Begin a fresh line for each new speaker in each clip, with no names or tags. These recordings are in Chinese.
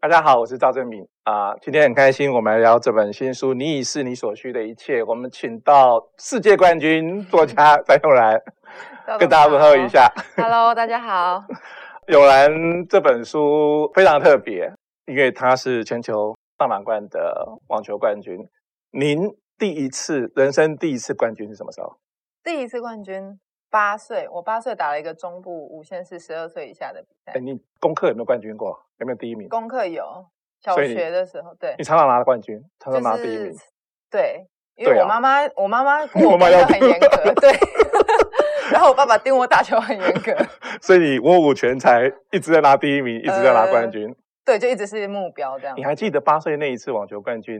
大家好，我是赵正敏啊、今天很开心，我们来聊这本新书《你已是你所需的一切》。我们请到世界冠军作家张永兰，
赵
跟
总
大家问候一
好。
下。
Hello，大家好。
永兰这本书非常特别，因为他是全球大满贯的网球冠军。您第一次人生第一次冠军是什么时候？
第一次冠军，八岁，我八岁打了一个中部五线市十二岁以下的比赛
哎，，你功课有没有冠军过？有没有第一名？
功课有，小
所以你
学的时候，对
你，常常拿冠军，常常
就
拿第一名
是。对，因为
对啊
我妈妈，我 妈妈跟
你
我
妈妈
妈
要
妈很严格，对。 然后我爸爸盯我打球很严格，
所以你握五全才一直在拿第一名，一直在拿冠军。
对，就一直是目标这样
你。还记得八岁那一次网球冠军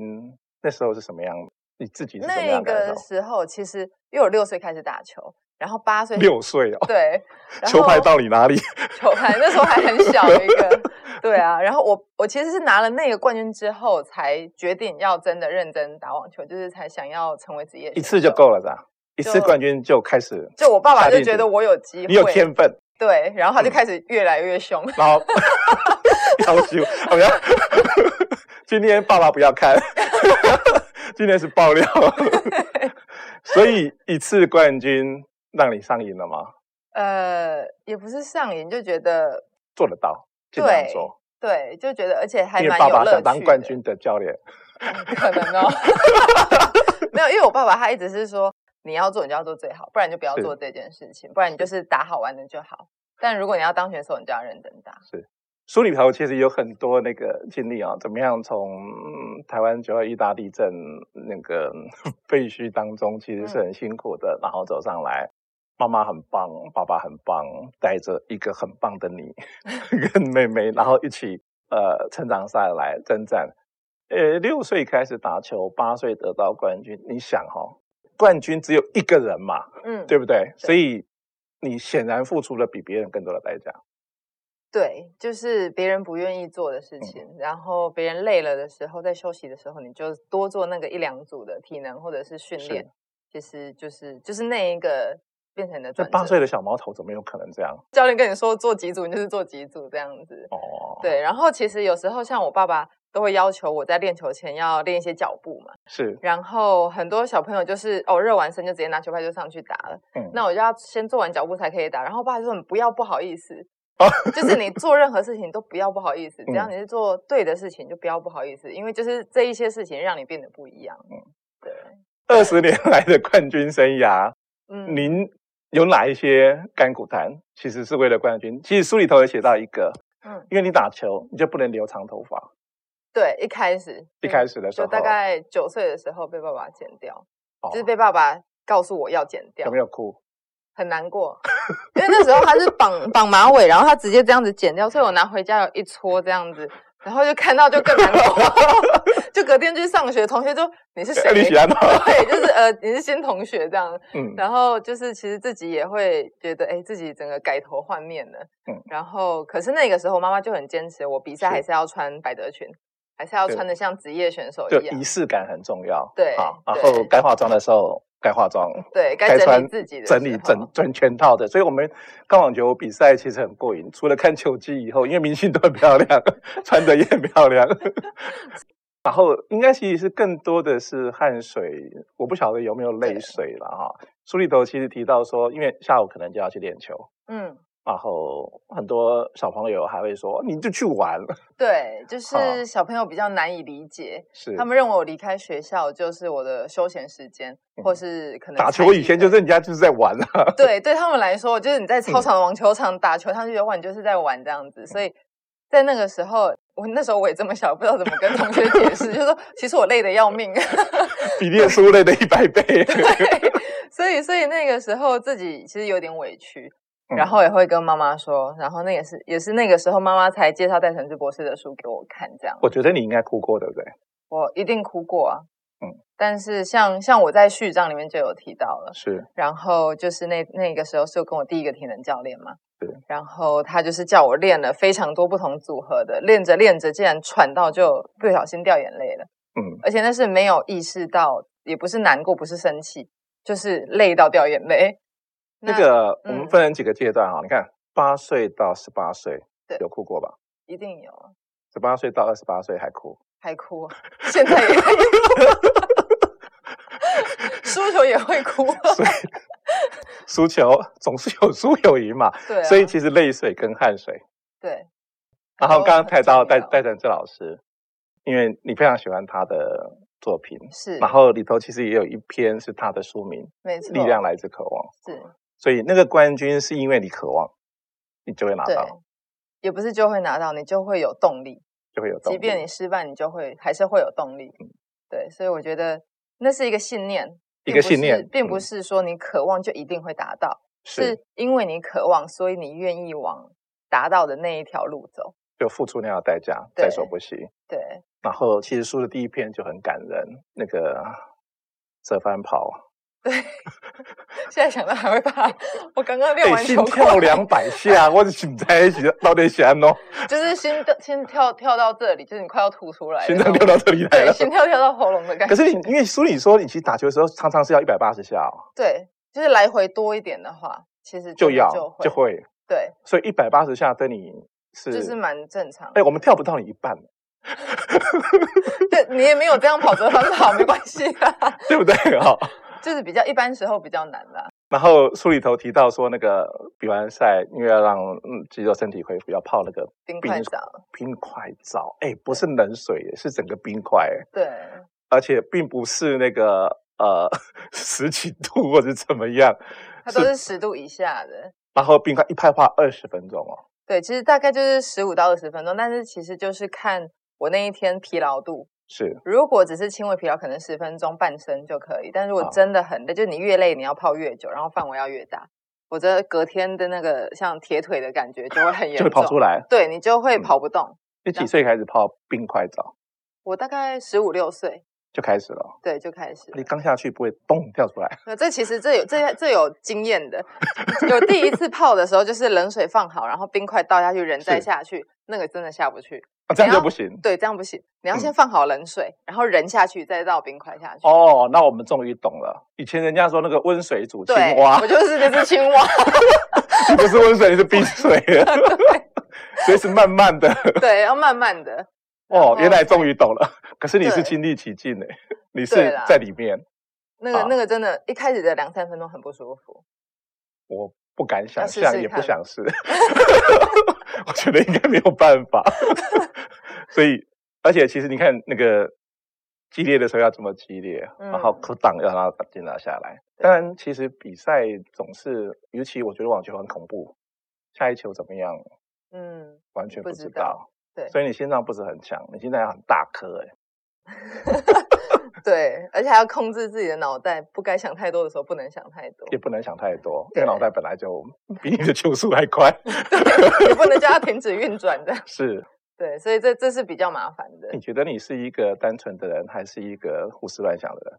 那时候是什么样？你自己是什么
那
样的
个
感受？
时候，其实因为我六岁开始打球，然后八岁
六岁哦，
对，然
球
后
拍到你哪里？
球拍，那时候还很小一个，对啊。然后我我其实是拿了那个冠军之后，才决定要真的认真打网球，就是才想要成为职业。
一次就。够了，是吧？一次冠军就开始，
就我爸爸
下
就觉
定
得
决
我有机会，
你有天分，
对，然后他就
嗯
开始越来越凶。
然 后要求好像今天爸爸不要看， 今天是爆 料，所以一次冠军让你上瘾了吗？
呃，也不是上瘾，就觉得
做得到，尽量
对
做，
对，就觉得而且还
因为
蛮
爸
有
爸
乐趣
想
的。
当冠军的教练，
可能 哦，没有，因为我爸爸他一直是说，你要做你就要做最好，不然你就不要
是
做这件事情，不然你就是打好玩的就好。但如果你要当选手，你就要认真打。
书里头其实有很多那个经历啊、怎么样从嗯台湾九二一大地震那个 嗯废墟当中，其实是很辛苦的，然后走上来。妈妈很棒，爸爸很棒，带着一个很棒的你跟妹妹，然后一起呃成长下来，征战。呃，六岁开始打球，八岁得到冠军。你想哦，冠军只有一个人嘛，
嗯，
对不对？所以你显然付出了比别人更多的代价。
对，就是别人不愿意做的
嗯
事情，然后别人累了的时候，在休息的时候，你就多做那个一两组的体能或者是训
是
练，其实就是就是那一个变成的
这
转折。
八岁的小毛头怎么有可能这样？
教练跟你说做几组，你就是做几组这样子。
哦，，
对，然后其实有时候像我爸爸都会要求我在练球前要练一些脚步嘛，
是，
然后很多小朋友就是哦热完身就直接拿球拍就上去打了，
嗯，
那我就要先做完脚步才可以打。然后我爸就说你不要不好意思
哦，
就是你做任何事情都不要不好意思，
嗯
只要你是做对的事情就不要不好意思，因为就是这一些事情让你变得不一样。对，
二十年来的冠军生涯，
嗯，
您有哪一些甘苦谈？其实是为了冠军。其实书里头也写到一个，
嗯
因为你打球，你就不能留长头发。
对，一开始
一开
始
始的时
就
候，
大概九岁的时候被爸爸剪掉，
哦
就是被爸爸告诉我要剪掉
有没，有哭？
很 难过，因为那时候他是绑绑马尾，然后他直接这样子剪掉，所以我拿回家有一撮这样子，然后就看到就更难 过，就隔天去上学，同学就你是谁？
哎你喜欢吗？
对，就是呃，你是新同学这样，
嗯，
然后就是其实自己也会觉得，哎，自己整个改头换面了。
嗯
嗯，然后可是那个时候妈妈就很坚持，我比赛
是
还是要穿百褶裙，还是要
对
穿的像职业选手
就
一样
仪。式感很重要。
对
好，然
对
后该化妆的时候该化妆，
对，该
该
整
穿
理自己的时候，
整理整整全套的，所以我们看网球比赛其实很过瘾。除了看球技以后，因为明星都很漂亮，穿的也很漂 亮，然后应该其实是更多的是汗水，我不晓得有没有泪
对
水了哈。书里头其实提到说，因为下午可能就要去练球，
嗯，
然后很多小朋友还会说，你就去玩，
对，就
好
是小朋友比较难以理解，
是
他们认为我离开学校就是我的休闲时间，或是可
嗯
能
打
才
球
艺
以前
课
就是人家就是在玩啊。
对，对他们来说，就是你在
嗯
操场、网球场打球，他们就觉得哇，你就是在玩这样子。所以在那个时候，我那时候我也这么小，不知道怎么跟同学解 释，就说其实我累得要命。
比练输累的一百倍。
对， 所以所以那个时候自己其实有点委屈，
嗯
然后也会跟妈妈说，然后那也是也是那个时候妈妈才介绍戴承志博士的书给我看，这样
我觉得你应该哭过，对不对？
我一定哭过啊。
嗯
嗯，但是像像我在序章里面就有提到了。
是
然后就是那那个时候是跟我第一个体能教练嘛，
对，
然后他就是叫我练了非常多不同组合的，练着练着竟然喘到就不小心掉眼泪了，
嗯，
而且那是没有意识到，也不是难过，不是生气，就是累到掉眼泪。
那个我
嗯
们分成几个阶段啊，你看八岁到十八岁
对
有哭过吧？
一定有，
是十八岁到二十八岁还哭，
还哭啊，现在也还哭， 输球也会哭，啊
所以输球总是有输有赢嘛，
对啊，
所以其实泪水跟汗水。
对，
然后
都
刚刚
很
谈到
重
戴
要
戴展志老师，因为你非常喜欢他的作品，
是，
然后里头其实也有一篇是他的书名
没
《
错，
力量来自渴望》，
是
所以那个冠军是因为你渴望，你就会拿
对
到，，
也不是就会拿到，你就会有动力，
就会有动力。
即便你失败，你就会还是会有动力，
嗯
对，所以我觉得那是一个信念。
一
并
个
不
信
是
念
并不
嗯
是说你渴望就一定会达到，
是
是因为你渴望，所以你愿意往达到的那一条路走。
就付出那样的代价，
对
在所不惜。
对，
然后其实书的第一篇就很感人，那个折返跑，
现在想到还会怕。我刚刚练
哎，
完
心
球过来
跳两 百下，我紧在一起到底想喏，
就是心跳心跳跳到这里，就是你快要吐出来了，
心脏跳到这里来
对，
了。
心跳跳到喉咙的感
可
觉。
是你因为书里说，你其实打球的时候常常是要一百八十下、哦，
对，就是来回多一点的话，其实
就
真的
要
就会
就会，
对，
所以一百八十下对你是
就是蛮正常
哎、。我们跳不到你一半，
对你也没有这样跑折返跑，没关系啦，
对不 对啊、哦？
就是比较一般时候比较难啦。
然后书里头提到说，那个比完赛，因为要让嗯肌肉身体恢复，要泡那个
冰块澡，
冰块澡，哎、不是冷水耶，是整个冰块耶，
对
而且并不是那个呃 十几度或者怎么样，
它都是十度以下的。
然后冰块一拍花二十分钟哦，
对，其实大概就是十五到二十分钟，但是其实就是看我那一天疲劳度。
是
如果只是轻微疲劳，可能十分钟、半身就可以。但如
好
果真的很累，就你越累，你要泡越久，然后范围要越大，否则隔天的那个像铁腿的感觉就会嗯很严
就
重，
会跑出来。
对你就会跑不动。
你几岁开始泡冰块澡
我大概十五六岁，
就开始了？
对就开始了。
你刚下去不会咚跳出来？
那这其实这有这这有经验的， 有第一次泡的时候，就是冷水放好，然后冰块倒下去，人再
是
下去，那个真的下不去。
啊、这样
你
就
要
不行
对，这样不行，你要先放好冷水，然后人下去，再倒冰块下去。
嗯哦。那我们终于懂了，以前人家说那个温水煮青
对，
蛙
我，就是那只青蛙。
你 不是温水，你是冰水，啊所以是慢慢的。
对，要 慢慢的。然
哦
后，
原来终于懂了。可是你是
对
亲历其境诶，你是
对啦
在里面，
那个
好
那个真的，一开始的两三分钟很不舒服。
我不敢想
要试
象，
试
也不
看
想试。 我觉得应该没有办法。 所以，而且其实你看那个激烈的时候要这么激烈，
嗯
然后扣档要让它静拿下来。当然，其实比赛总是，尤其我觉得网球很恐怖，下一球怎么样
嗯，
完全不
不
知
知道
道。
对
所以你心脏不是很强，你心脏要很大颗诶。哎
对，而且还要控制自己的脑袋，不该想太多的时候不能想 太多
也，不能想太多，因
对
为脑袋本来就比你的球速还 快。
也不能叫它停止运转的。
是，
对，所以这这是比较麻烦的
你，觉得你是一个单纯的人，还是一个胡思乱想的人？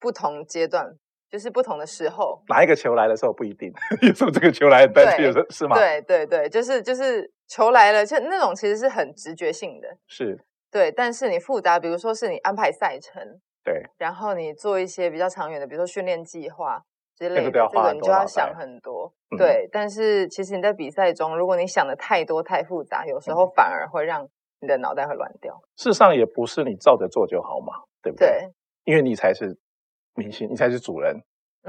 不同阶段就是不同的时候。
哪一个球来的时候不一定， 有时候这个球来很单纯，
对
有时候是吗？，
对对对，就是就是球来了，就那种其实是很直觉性的。
是，
对，但是你复杂，比如说是你安排赛程，
对，
然后你做一些比较长远的，比如说训练计划之
个
类的，
都要
这
花
个
很
你
多
就
脑
要
袋
想很多。
嗯
对，但是其实你在比赛中，如果你想的太多太复杂，有时
嗯
候反而会让你的脑袋会乱掉。
事实上也不是你照着做就好嘛，对不对？
对，
因为你才是明星，你才是主人，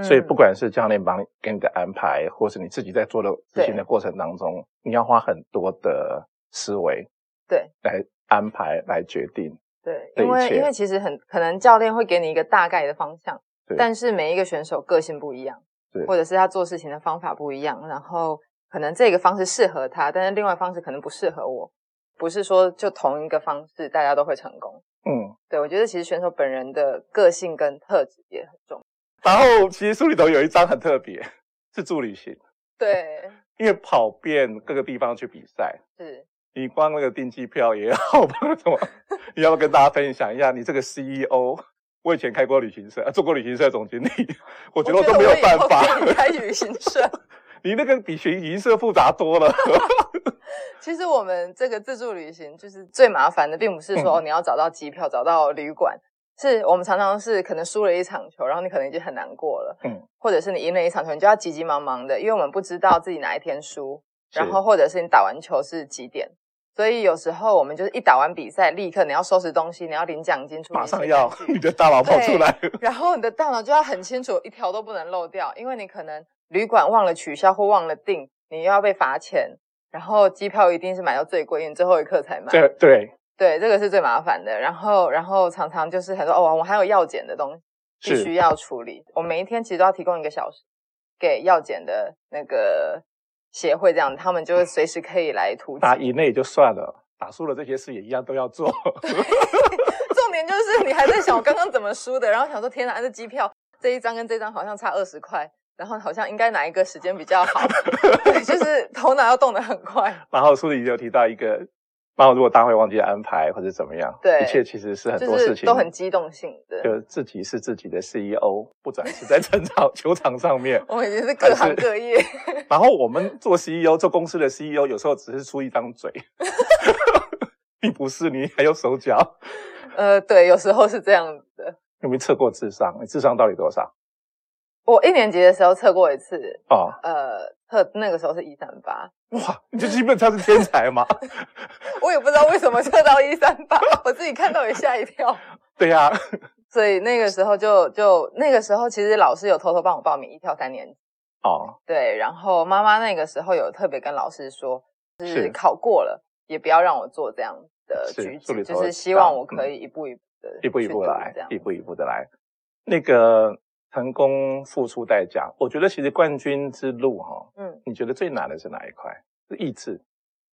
所以不
嗯
管是教练帮你给你的安排，或是你自己在做的执行
对
的过程当中，你要花很多的思维
对
来安排来决定。
对，
的
因为
一切
因为其实很可能教练会给你一个大概的方向
对，
但是每一个选手个性不一样
对，
或者是他做事情的方法不一样，然后可能这个方式适合他，但是另外方式可能不适合我。不是说就同一个方式大家都会成功，
嗯，
对我觉得其实选手本人的个性跟特质也很重要。
然后其实书里头有一张很特别，是助旅行，
对，
因为跑遍各个地方去比赛，
是，
你光那个订机票也 好，帮什么，你要不要跟大家分享一下你这个 CEO？我以前开过旅行社，啊做过旅行社总经理， 我觉得我都没有办法
我以。后可以开旅行社。
你那个比旅行社复杂多 了。
其实我们这个自助旅行就是最麻烦的，并不是
嗯
说、哦你要找到机票、找到旅馆，是我们常常是可能输了一场球，然后你可能已经很难过了，
嗯
嗯，或者是你赢了一场球，你就要急急忙忙的，因为我们不知道自己哪一天输，然后或者是你打完球是几点，所以有时候我们就是一打完比赛，立刻你要收拾东西，你要领奖金出去，
马上要 你的大脑跑出来，
然后你的大脑就要很清楚，一条都不能漏掉，因为你可能旅馆忘了取消或忘了订，你又要被罚钱，然后机票一定是买到最贵，因为你最后一刻才买。
对对，
对，这个是最麻烦的。然后，然后常常就是很多哦，我还有药检的东西必
是
须要处理。我每一天其实都要提供一个小时给药检的那个协会，这样他们就会随时可以来突击。
打赢了也就算了，打输了这些事也一样都要做。
重点就是你还在想我刚刚怎么输的，然后想说天哪，这机票这一张跟这张好像差二十块，然后好像应该哪一个时间比较 好？对，就是头脑要动得很快。
然后书里有提到一个，然后如果大会忘记安排或者怎么样，
对
一切其实是很
就
多事
是
情
都很机动性的，
就自己是自己的 CEO，不只是在 成长球场上面。
我们已经是各行各业。
然后我们做 CEO，做公司的 CEO，有时候只是出一张嘴， 并不是你还有手脚。
呃，对，有时候是这样子的。
有没有测过智商？你智商到底多少？
我一年级的时候测过一次，
哦，
呃，测那个时候是一三八，
哇，你就基本上是天才嘛。
我也不知道为什么测到一三八，我自己看到也吓一跳。
对呀、
所以那个时候就就那个时候，其实老师有偷偷帮我报名一跳三年级，
哦，
对。然后妈妈那个时候有特别跟老师说，就是
是
考过了，也不要让我做这样的
是
举
助
止，
理头
就
知
是希
道
望我可
嗯
以一步一步的
一步一步来
这样，
一步一步的来。那个成功付出代价，我觉得其实冠军之路哈、
嗯，
你觉得最难的是哪一块？是意志，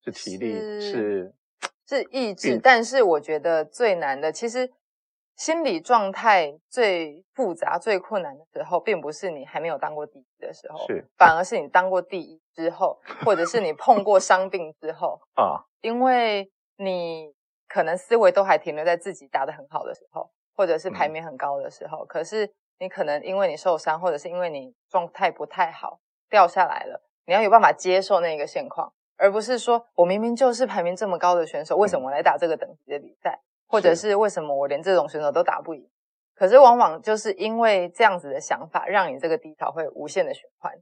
是体力，
是
是
是意志，
嗯
但是我觉得最难的，其实心理状态最复杂、最困难的时候，并不是你还没有当过第一的时候，
是
反而是你当过第一之后，或者是你碰过伤病之后，
啊，
因为你可能思维都还停留在自己打得很好的时候，或者是排名很高的时候，可是你可能因为你受伤，或者是因为你状态不太好掉下来了，你要有办法接受那个现况，而不是说我明明就是排名这么高的选手，为什么我来打这个等级的比赛，或者是为什么我连这种选手都打不赢？可是往往就是因为这样子的想法，让你这个低潮会无限的循环，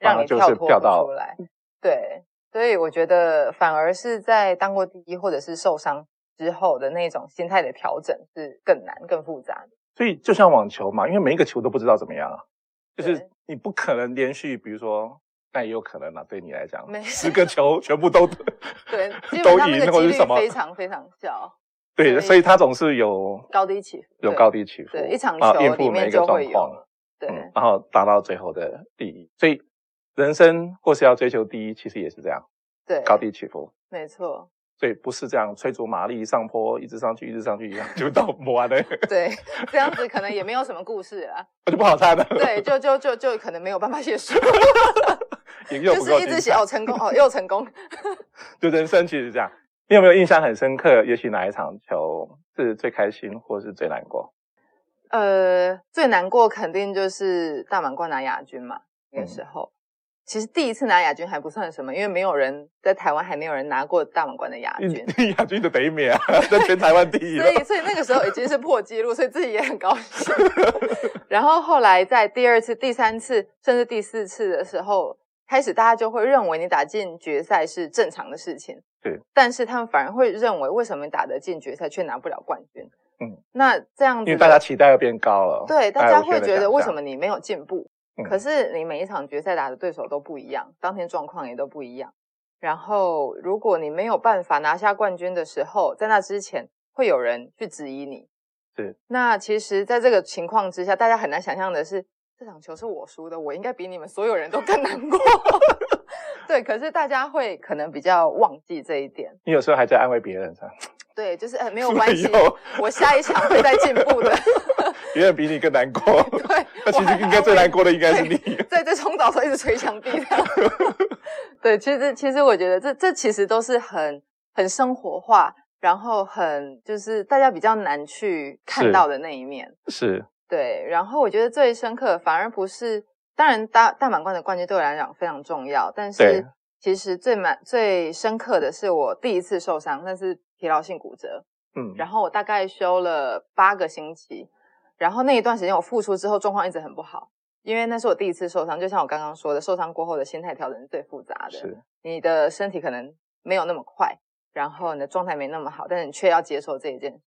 反
让
而
你
就是
跳脱
掉
不
到嗯
出来。对，所以我觉得反而是在当过第一或者是受伤之后的那种心态的调整是更难、更复杂的。
所以就像网球嘛，因为每一个球都不知道怎么样啊，就
对
是你不可能连续，比如说，那也有可能啊，对你来讲
没，
十个球全 部都
对，基本
都
上那
赢
个
或者
几率
是什么
非常非常小，
对，
对
所以它总是有
高低起伏。
有
对
高低起伏，
对一场
啊
球
应付
里面
每一个
就
状
会有
况，
对，
嗯，然后达到最后的第一，所以人生或是要追求第一，其实也是这样，
对，
高低起伏。
没错，
所以不是这样催足马力上坡，一直上去，一直上去，一直上去就到磨完了，
对，这样子可能也没有什么故事啊。
就不好看了。
对，就就就就可能没有办法写书，
也 又
就
不
是
够
一
精
直写
彩
哦成功哦又成功，
就人生其实这样。你有没有印象很深刻？也许哪一场球是最开心，或是最难过？
呃，最难过肯定就是大满贯拿亚军嘛，那个
嗯
时候。其实第一次拿亚军还不算什么，因为没有人在台湾还没有人拿过大满贯的亚
一
军，
亚军的北美啊，在全台湾第一
所
了。
以所以那个时候已经是破纪录，所以自己也很 高兴。 然后后来在第二次、第三次甚至第四次的时候，开始大家就会认为你打进决赛是正常的事情，
对。
但是他们反而会认为为什么你打得进决赛却拿不了冠军？
嗯，
那这样子
因为
的
大家期待要变高了，
对，大家会觉得为什
么？
么你没有进步？
嗯
可是你每一场决赛打的对手都不一样，当天状况也都不一样。然后，如果你没有办法拿下冠军的时候，在那之前会有人去质疑你。
是。
那其实，在这个情况之下，大家很难想象的是，这场球是我输的，我应该比你们所有人都更难过。 对，可是大家会可能比较忘记这一点。
你有时候还在安慰别人，
对，就是呃，没有关系
没有，
我下一场会再进步 的。
别人比你更难过。
对，
那其
我还
实应该最
安慰
难过的应该是你。
在在冲澡的时候一直捶墙壁这样。 对，其实其实我觉得这这其实都是很很生活化，然后很就是大家比较难去看
是
到的那一面。
是
对，然后我觉得最深刻反而不是，当然大大满贯的冠军对我来讲非常重要，但是
对
其实最满最深刻的是我第一次受伤，那是疲劳性骨折。
嗯，
然后我大概休了八个星期，然后那一段时间我复出之后状况一直很不好，因为那是我第一次受伤，就像我刚刚说的，受伤过后的心态调整是最复杂的，
是
你的身体可能没有那么快，然后你的状态没那么好，但是你却要接受这一件事。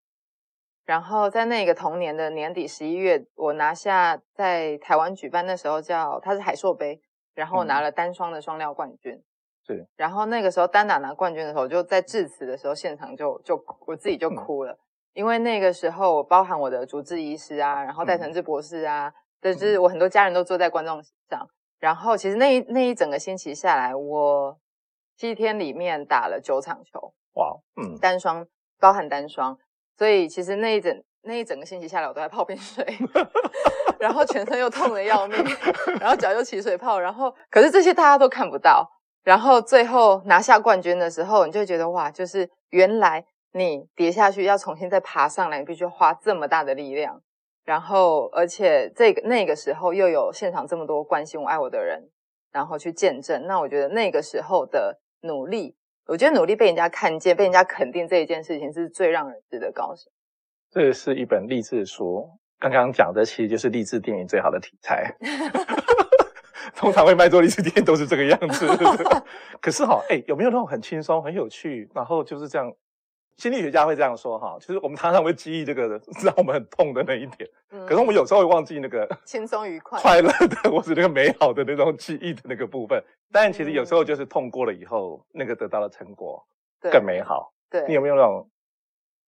然后在那个同年的年底十一月，我拿下在台湾举办那时候叫它是海硕杯，然后我拿了单双的双料冠军。
是
然后那个时候单打拿冠军的时候，我就在致辞的时候现场就就我自己就哭了，因为那个时候我包含我的主治医师啊，然后戴承志博士啊，但是我很多家人都坐在观众席上。然后其实那一那一整个星期下来，我七天里面打了九场球，
哇，嗯，
单双包含单双，所以其实那一整那一整个星期下来，我都在泡冰水， 然后全身又痛的要命，然后脚又起水泡，然后可是这些大家都看不到。然后最后拿下冠军的时候，你就觉得哇，就是原来你跌下去要重新再爬上来，你必须花这么大的力量。然后，而且这个那个时候又有现场这么多关心我、爱我的人，然后去见证。那我觉得那个时候的努力，我觉得努力被人家看见、被人家肯定这一件事情是最让人值得高兴。
这是一本励志书。刚刚讲的其实就是励志电影最好的题 材。通常会卖座励志电影都是这个样子。可是哈、哎、有没有那种很轻松、很有趣，然后就是这样？心理学家会这样说哈，就是我们常常会记忆这个让我们很痛的那一点，
嗯
可是我们有时候会忘记那个
轻松愉快，
快乐的或者那个美好的那种记忆的那个部分。但其实有时候就是痛过了以后，那个得到的成果
对
更美好。你
对，
有没有那种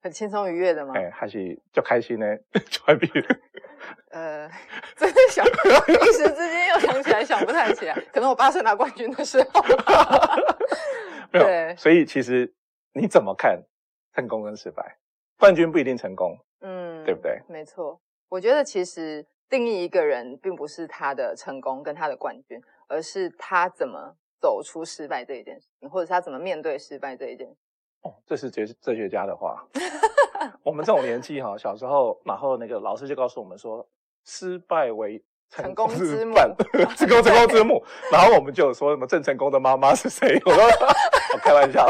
很轻松愉悦的嘛。
哎，还是就开心呢？ 就还 比
呃，真的想一时之间又想起来，想不太起来。可能我八岁拿冠军的时 候吧，
没有。
对
所以其实你怎么看成功跟失败？冠军不一定成功，
嗯，
对不对？
没错，我觉得其实定义一个人，并不是他的成功跟他的冠军，而是他怎么走出失败这一件事情，或者是他怎么面对失败这一件事。
哦，这是哲哲学家的 话。我们这种年纪哈，小时候，然后那个老师就告诉我们说，失败为
成功之母
伴 成功成功之 母。然后我们就有说什么郑成功的妈妈是谁？我说 我开玩笑。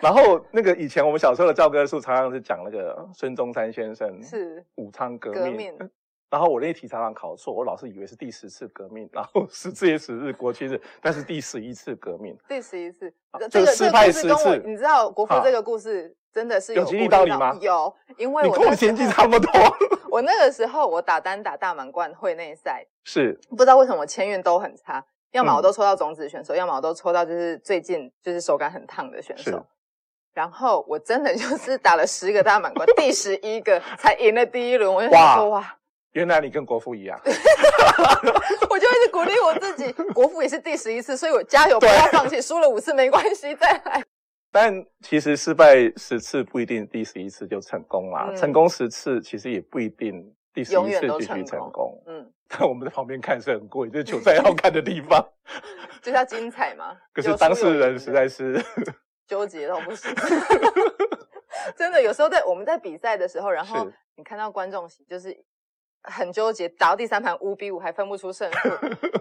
然后那个以前我们小时候的教科书常常是讲那个孙中山先生
是
武昌革
革
命
命。
然后我那一题常常考错，我老是以为是第十次革命，然后 十四月十日国庆日，但是第十一次革命。
第十一次，
啊
这
就
这个
失
这个
败
故事跟
十
我，
次
你知道国服
啊
这个故事真的是
有
有
激
鼓
励
励
到你
到
吗
有，因为
你
我
跟我
那时
年纪
候
差不多，
我那个时候我打单打大满贯会内赛，
是
不知道为什么我签运都很差，要么
嗯
我都抽到种子选手，要么我都抽到就是最近就是手感很烫的选
是
手。然后我真的就是打了十个大满贯，第十一 个才赢了第一轮，我就想说哇，
原来你跟国父一样。
我就一直鼓励我自己，国服也是第十一次，所以我加油，不要放弃，输了五次没关系，再来。
但其实失败十次不一定第十一次就成功啦，
嗯
成功十次其实也不一定第十
永
一
远
次
都
继续
成
成功。
嗯，
但我们在旁边看是很过瘾，这是球赛要看的地 方。
就是要精彩嘛。
可
有
是
输
当事
有赢
人
的
实在是，
纠结到不行。 真的，有时候在我们在比赛的时候，然后
是
你看到观众席就是很纠结，打到第三盘五比五还分不出胜 负，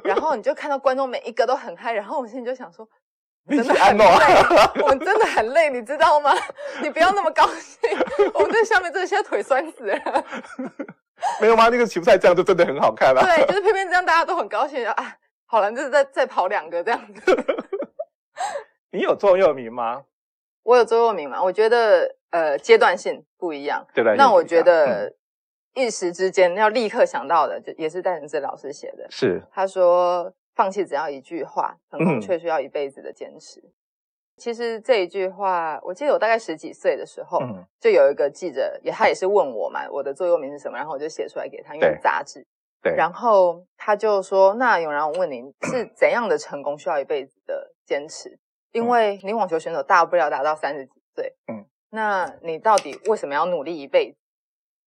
然后你就看到观众每一个都很嗨，然后我们心里就想说，
你
真的
安哦
很累
诺，
我们真的很累，你知道吗？ 你不要那么高 兴，我们在下面真的现在腿酸死了。
没有吗？那个球赛这样就真的很好看了、啊
对，就是偏偏这样，大家都很高兴，然后啊，好了，就是再再跑两个这样子。
你有座右铭吗？
我有座右铭嘛？我觉得呃，阶段性不一样。
对不对？
那我
你有
觉
一样嗯
得一时之间要立刻想到的，就也是戴承志老师写的。
是
他说：“放弃只要一句话，成
嗯
功却需要一辈子的坚持。其实这一句话，我记得我大概十几岁的时候，
嗯
就有一个记者，也他也是问我嘛，我的座右铭是什么，然后我就写出来给他，因为
对
杂志。
对，
然后他就说：‘那永然，我问你，是怎样的成功需要一辈子的坚持？因
嗯
为你网球选手大不了达到三十几岁，
嗯
嗯，那你到底为什么要努力一辈子？’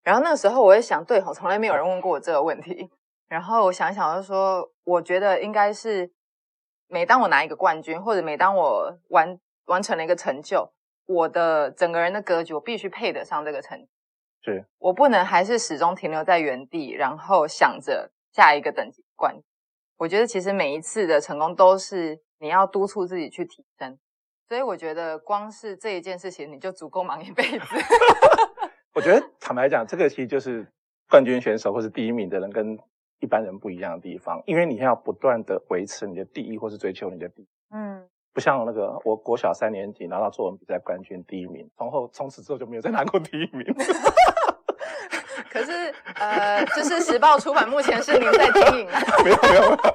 然后那个时候我也想，对吼，从来没有人问过我这个问题。然后我想一想，我就说，我觉得应该是每当我拿一个冠军，或者每当我完完成了一个成就，我的整个人的格局，我必须配得上这个成绩。
是
我不能还是始终停留在原地，然后想着下一个等级冠军。我觉得其实每一次的成功都是你要督促自己去提升，所以我觉得光是这一件事情你就足够忙一辈子。
我觉得坦白讲，这个其实就是冠军选手或是第一名的人跟一般人不一样的地方，因为你要不断的维持你的第一，或是追求你的第一。
嗯，
不像那个我国小三年级拿到作文比赛冠军第一名，从后从此之后就没有再拿过第一名。
可是呃，就是时报出版目前是您在经营啊，
没有没有没有，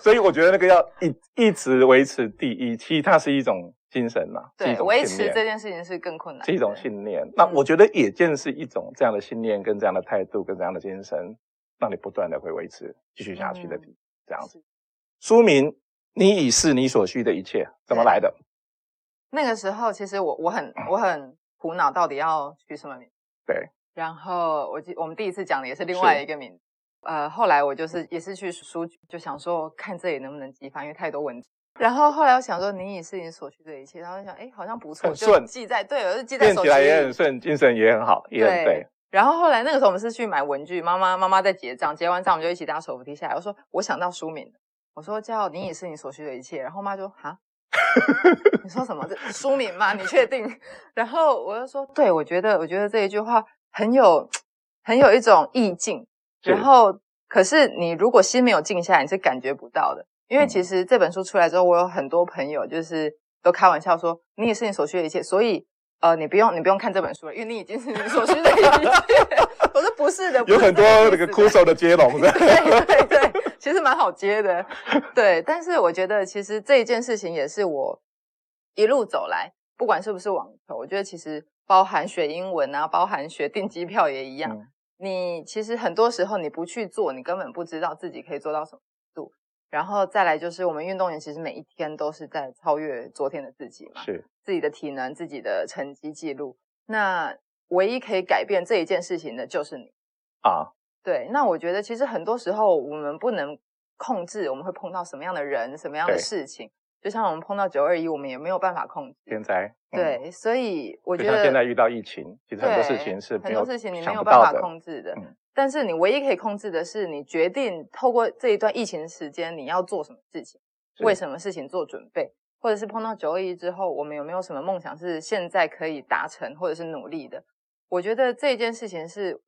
所以我觉得那个要一一直维持第一，其实它是一种精神呐、是一
对，
种
维
信
持
念
这件事情是更困难的，嗯
是一种信念。那我觉得也正是一种这样的信念、跟这样的态度、跟这样的精神，让你不断的会维持继续下去的、
嗯
这样子。书名《你已是你所需的一切》怎么来的？
那个时候其实我我很我很苦恼，到底要取什么名？
嗯对。
然后我记我们第一次讲的也是另外一个名字，呃，后来我就是也是去书局，就想说看这里能不能激发，因为太多文字。然后后来我想说，你也是你所需的一切，然后就想，哎，好像不错，
很
就
顺
记在对，我就记在
念
手
起
机
来也很
里。
顺，精神也很好，也很
对
对。
然后后来那个时候我们是去买文具，妈妈妈妈在结账，结完账我们就一起搭手扶梯下来。我说我想到书名了，我说叫你也是你所需的一切，然后妈就哈， 你说什么？这书名吗？你确定？ 然后我就说，对，我觉得，我觉得这一句话很有，很有一种意境。
是
然后，可是你如果心没有静下来，你是感觉不到的。因为
嗯
其实这本书出来之后，我有很多朋友就是都开玩笑说，你也是你所需的一切，所以呃，你不用你不用看这本书了，因为你已经是你所需的一切。 我说不是的， 不
有
是
很多
这意
那
思
个
的
枯手的接龙 的，
对对对，其实蛮好接的。对，但是我觉得其实这一件事情也是我一路走来，不管是不是网球，我觉得其实包含学英文啊，包含学订机票也一样。
嗯
你其实很多时候你不去做，你根本不知道自己可以做到什么程度。然后再来就是我们运动员其实每一天都是在超越昨天的自己嘛，
是
自己的体能、自己的成绩记录。那唯一可以改变这一件事情的就是你。
啊，
对，那我觉得其实很多时候我们不能控制我们会碰到什么样的人、什么样的
对
事情，就像我们碰到九二一，我们也没有办法控制。
天灾。嗯，
对，所以我
就
觉
像
得
现在遇到疫情，其实很多事
对
情是没
很
有
多事情你没
想
有
不
办
到
法
的。
控制的，
嗯
但是你唯一可以控制的是你决定透过这一段疫情时间你要做什么事情，
是
为什么事情做准备，或者是碰到九二一之后，我们有没有什么梦想是现在可以达成或者是努力的？我觉得这件事情是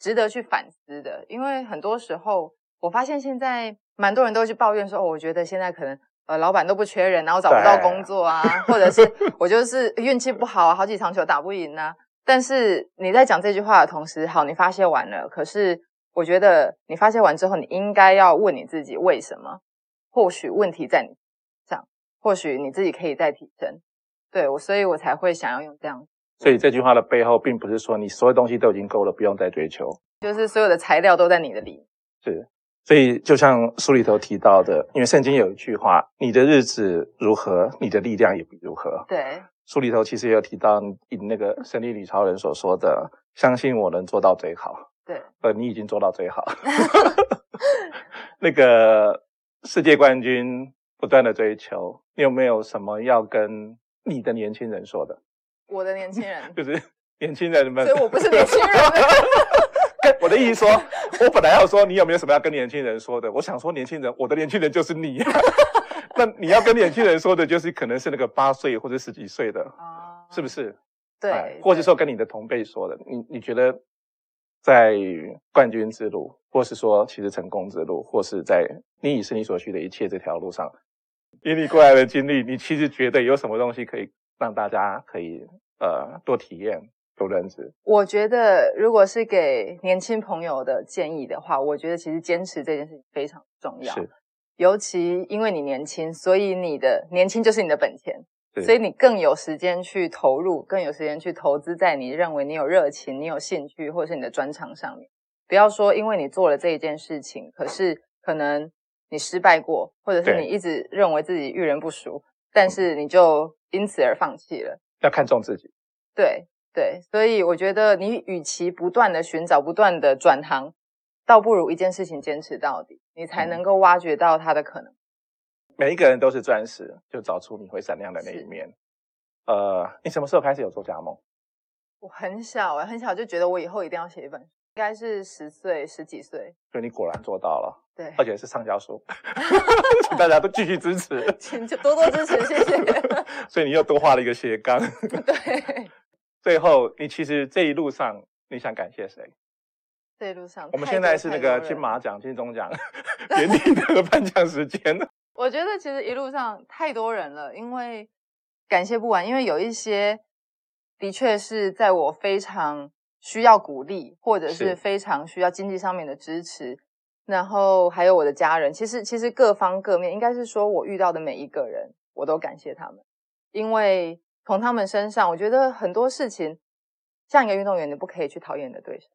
值得去反思的，因为很多时候我发现现在蛮多人都去抱怨说，哦，我觉得现在可能。呃，老板都不缺人，然后找不到
对
工作啊，或者是我就是运气不好啊，好几场球打不赢啊，但是你在讲这句话的同时，好，你发泄完了，可是我觉得你发泄完之后，你应该要问你自己为什么？或许问题在你上，或许你自己可以再提升。对我，所以我才会想要用这样，
所以这句话的背后，并不是说你所有东西都已经够了，不用再追求。
就是所有的材料都在你的里面。
所以，就像书里头提到的，因为圣经有一句话：“你的日子如何，你的力量也必如何。
对，”
书里头其实也有提到，引那个神力女超人所说的：“相信我能做到最好。”
对，
呃，你已经做到最好。那个世界冠军不断的追求，你有没有什么要跟你的年轻人说的？
我的年轻 人，
就是年轻人们，
所以我不是年轻人。
跟我的意思说，我本来要说你有没有什么要跟年轻人说的，我想说年轻人，我的年轻人就是 你、那你要跟年轻人说的，就是可能是那个八岁或者十几岁的，
啊
是不？是？
对
哎，或者
对
说跟你的同辈说的，你你觉得在冠军之路，或是说其实成功之路，或是在你已是你所需的一切这条路上，以你过来的经历，你其实觉得有什么东西可以让大家可以呃多体验、多认知？
我觉得，如果是给年轻朋友的建议的话，我觉得其实坚持这件事情非常重要。
是
尤其因为你年轻，所以你的年轻就是你的本钱，
是
所以你更有时间去投入，更有时间去投资在你认为你有热情、你有兴趣或者是你的专长上面。不要说因为你做了这一件事情，可是可能你失败过，或者是
对
你一直认为自己遇人不淑，但是你就因此而放弃了。
要看重自己。
对对，所以我觉得你与其不断的寻找、不断的转行，倒不如一件事情坚持到底，你才
嗯
能够挖掘到它的可能。
每一个人都是钻石，就找出你会闪亮的那一
是
面。呃，你什么时候开始有做加盟？
我很小，我很小就觉得我以后一定要写一本书，应该是十岁、十几岁。
所以你果然做到了，
对，
而且是畅销书， 请大家都继续支 持。
请就多多支持，谢谢。
所以你又多画了一个斜杠。
对，
最后，你其实这一路上，你想感谢谁？
这一路上
我们
太
现
多
在是
太
那个
多
金
人
马奖、金钟奖年底的颁奖时间，
我觉得其实一路上太多人了，因为感谢不完，因为有一些的确是在我非常需要鼓励，或者
是
是非常需要经济上面的支持，然后还有我的家人，其实其实各方各面，应该是说我遇到的每一个人，我都感谢他们，因为从他们身上，我觉得很多事情，像一个运动员，你不可以去讨厌你的对手，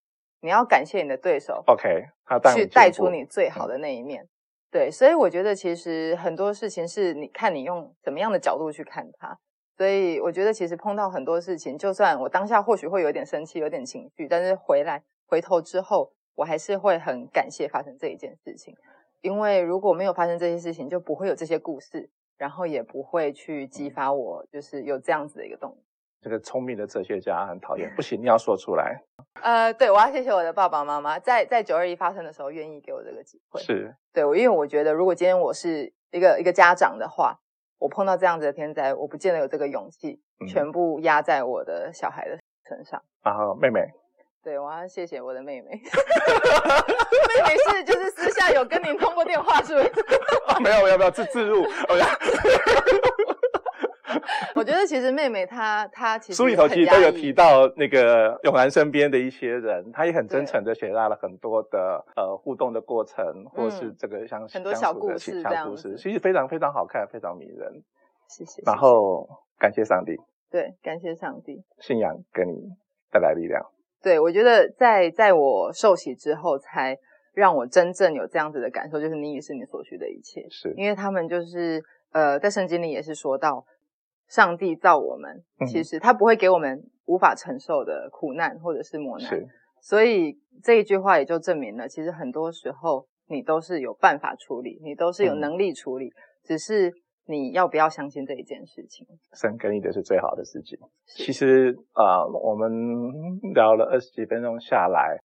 你要感谢你的对手，
OK，他带
去
进
带
步
出你最好的那一面。对，所以我觉得其实很多事情是你看你用怎么样的角度去看它。所以我觉得其实碰到很多事情，就算我当下或许会有点生气、有点情绪，但是回来回头之后，我还是会很感谢发生这一件事情，因为如果没有发生这些事情，就不会有这些故事，然后也不会去激发我就是有这样子的一个动力。
这个聪明的哲学家很讨厌，不行，你要说出来。
呃，对，我要谢谢我的爸爸妈妈，在在九二一发生的时候，愿意给我这个机会。
是
对，我因为我觉得，如果今天我是一个一个家长的话，我碰到这样子的天灾，我不见得有这个勇气
嗯，
全部压在我的小孩的身上。
然后妹妹，
对，我要谢谢我的妹妹。妹妹是就是私下有跟你通过电话，是不是？
啊没有没有没有自自 入，哎呀
我觉得其实妹妹她她其实
书里头
很
其实都有
压抑
提到那个永兰身边的一些人，他也很真诚的写下了很多的呃互动的过程，或是这个相
嗯很多
相
小
处的
故
情
事这
小
样
故事，
子
其实非常非常好看，非常迷人。
谢谢。
然
谢谢
后感谢上帝，
对，感谢上帝。
信仰给你带来力量。
对，我觉得在在我受洗之后，才让我真正有这样子的感受，就是你已是你所需的一切。
是
因为他们就是呃，在圣经里也是说到，上帝造我们
嗯，
其实他不会给我们无法承受的苦难或者是磨难，
是
所以这一句话也就证明了，其实很多时候你都是有办法处理，你都是有
嗯
能力处理，只是你要不要相信这一件事情。
神给你的是最好的自己。
是
其实啊、呃我们聊了二十几分钟下来，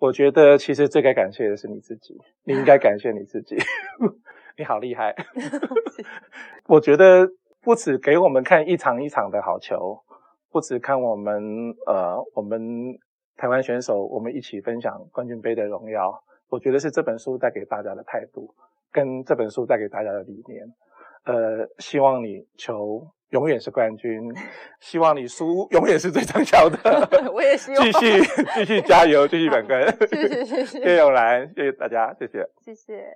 我觉得其实最该感谢的是你自己，你应该感谢你自己， 你好厉害。我觉得不止给我们看一场一场的好球，不止看我们呃我们台湾选手，我们一起分享冠军杯的荣耀，我觉得是这本书带给大家的态度，跟这本书带给大家的理念。呃，希望你球永远是冠 军，希望你输永远是最畅销的。
我也希望
继续继续加油，继续本根。
谢谢谢
谢
谢
永兰，谢谢大家，谢谢。
谢谢。